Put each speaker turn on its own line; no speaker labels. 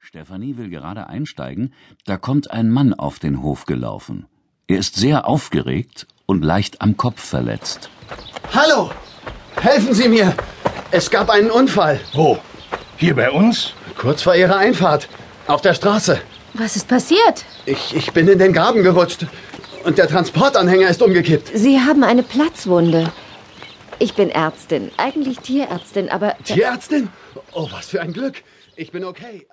Stefanie will gerade einsteigen, da kommt ein Mann auf den Hof gelaufen. Er ist sehr aufgeregt und leicht am Kopf verletzt.
Hallo! Helfen Sie mir! Es gab einen Unfall.
Wo? Hier bei uns?
Kurz vor Ihrer Einfahrt. Auf der Straße.
Was ist passiert?
Ich, ich bin in den Graben gerutscht. Und der Transportanhänger ist umgekippt.
Sie haben eine Platzwunde. Ich bin Ärztin, eigentlich Tierärztin, aber
Tierärztin? Oh, was für ein Glück. Ich bin okay.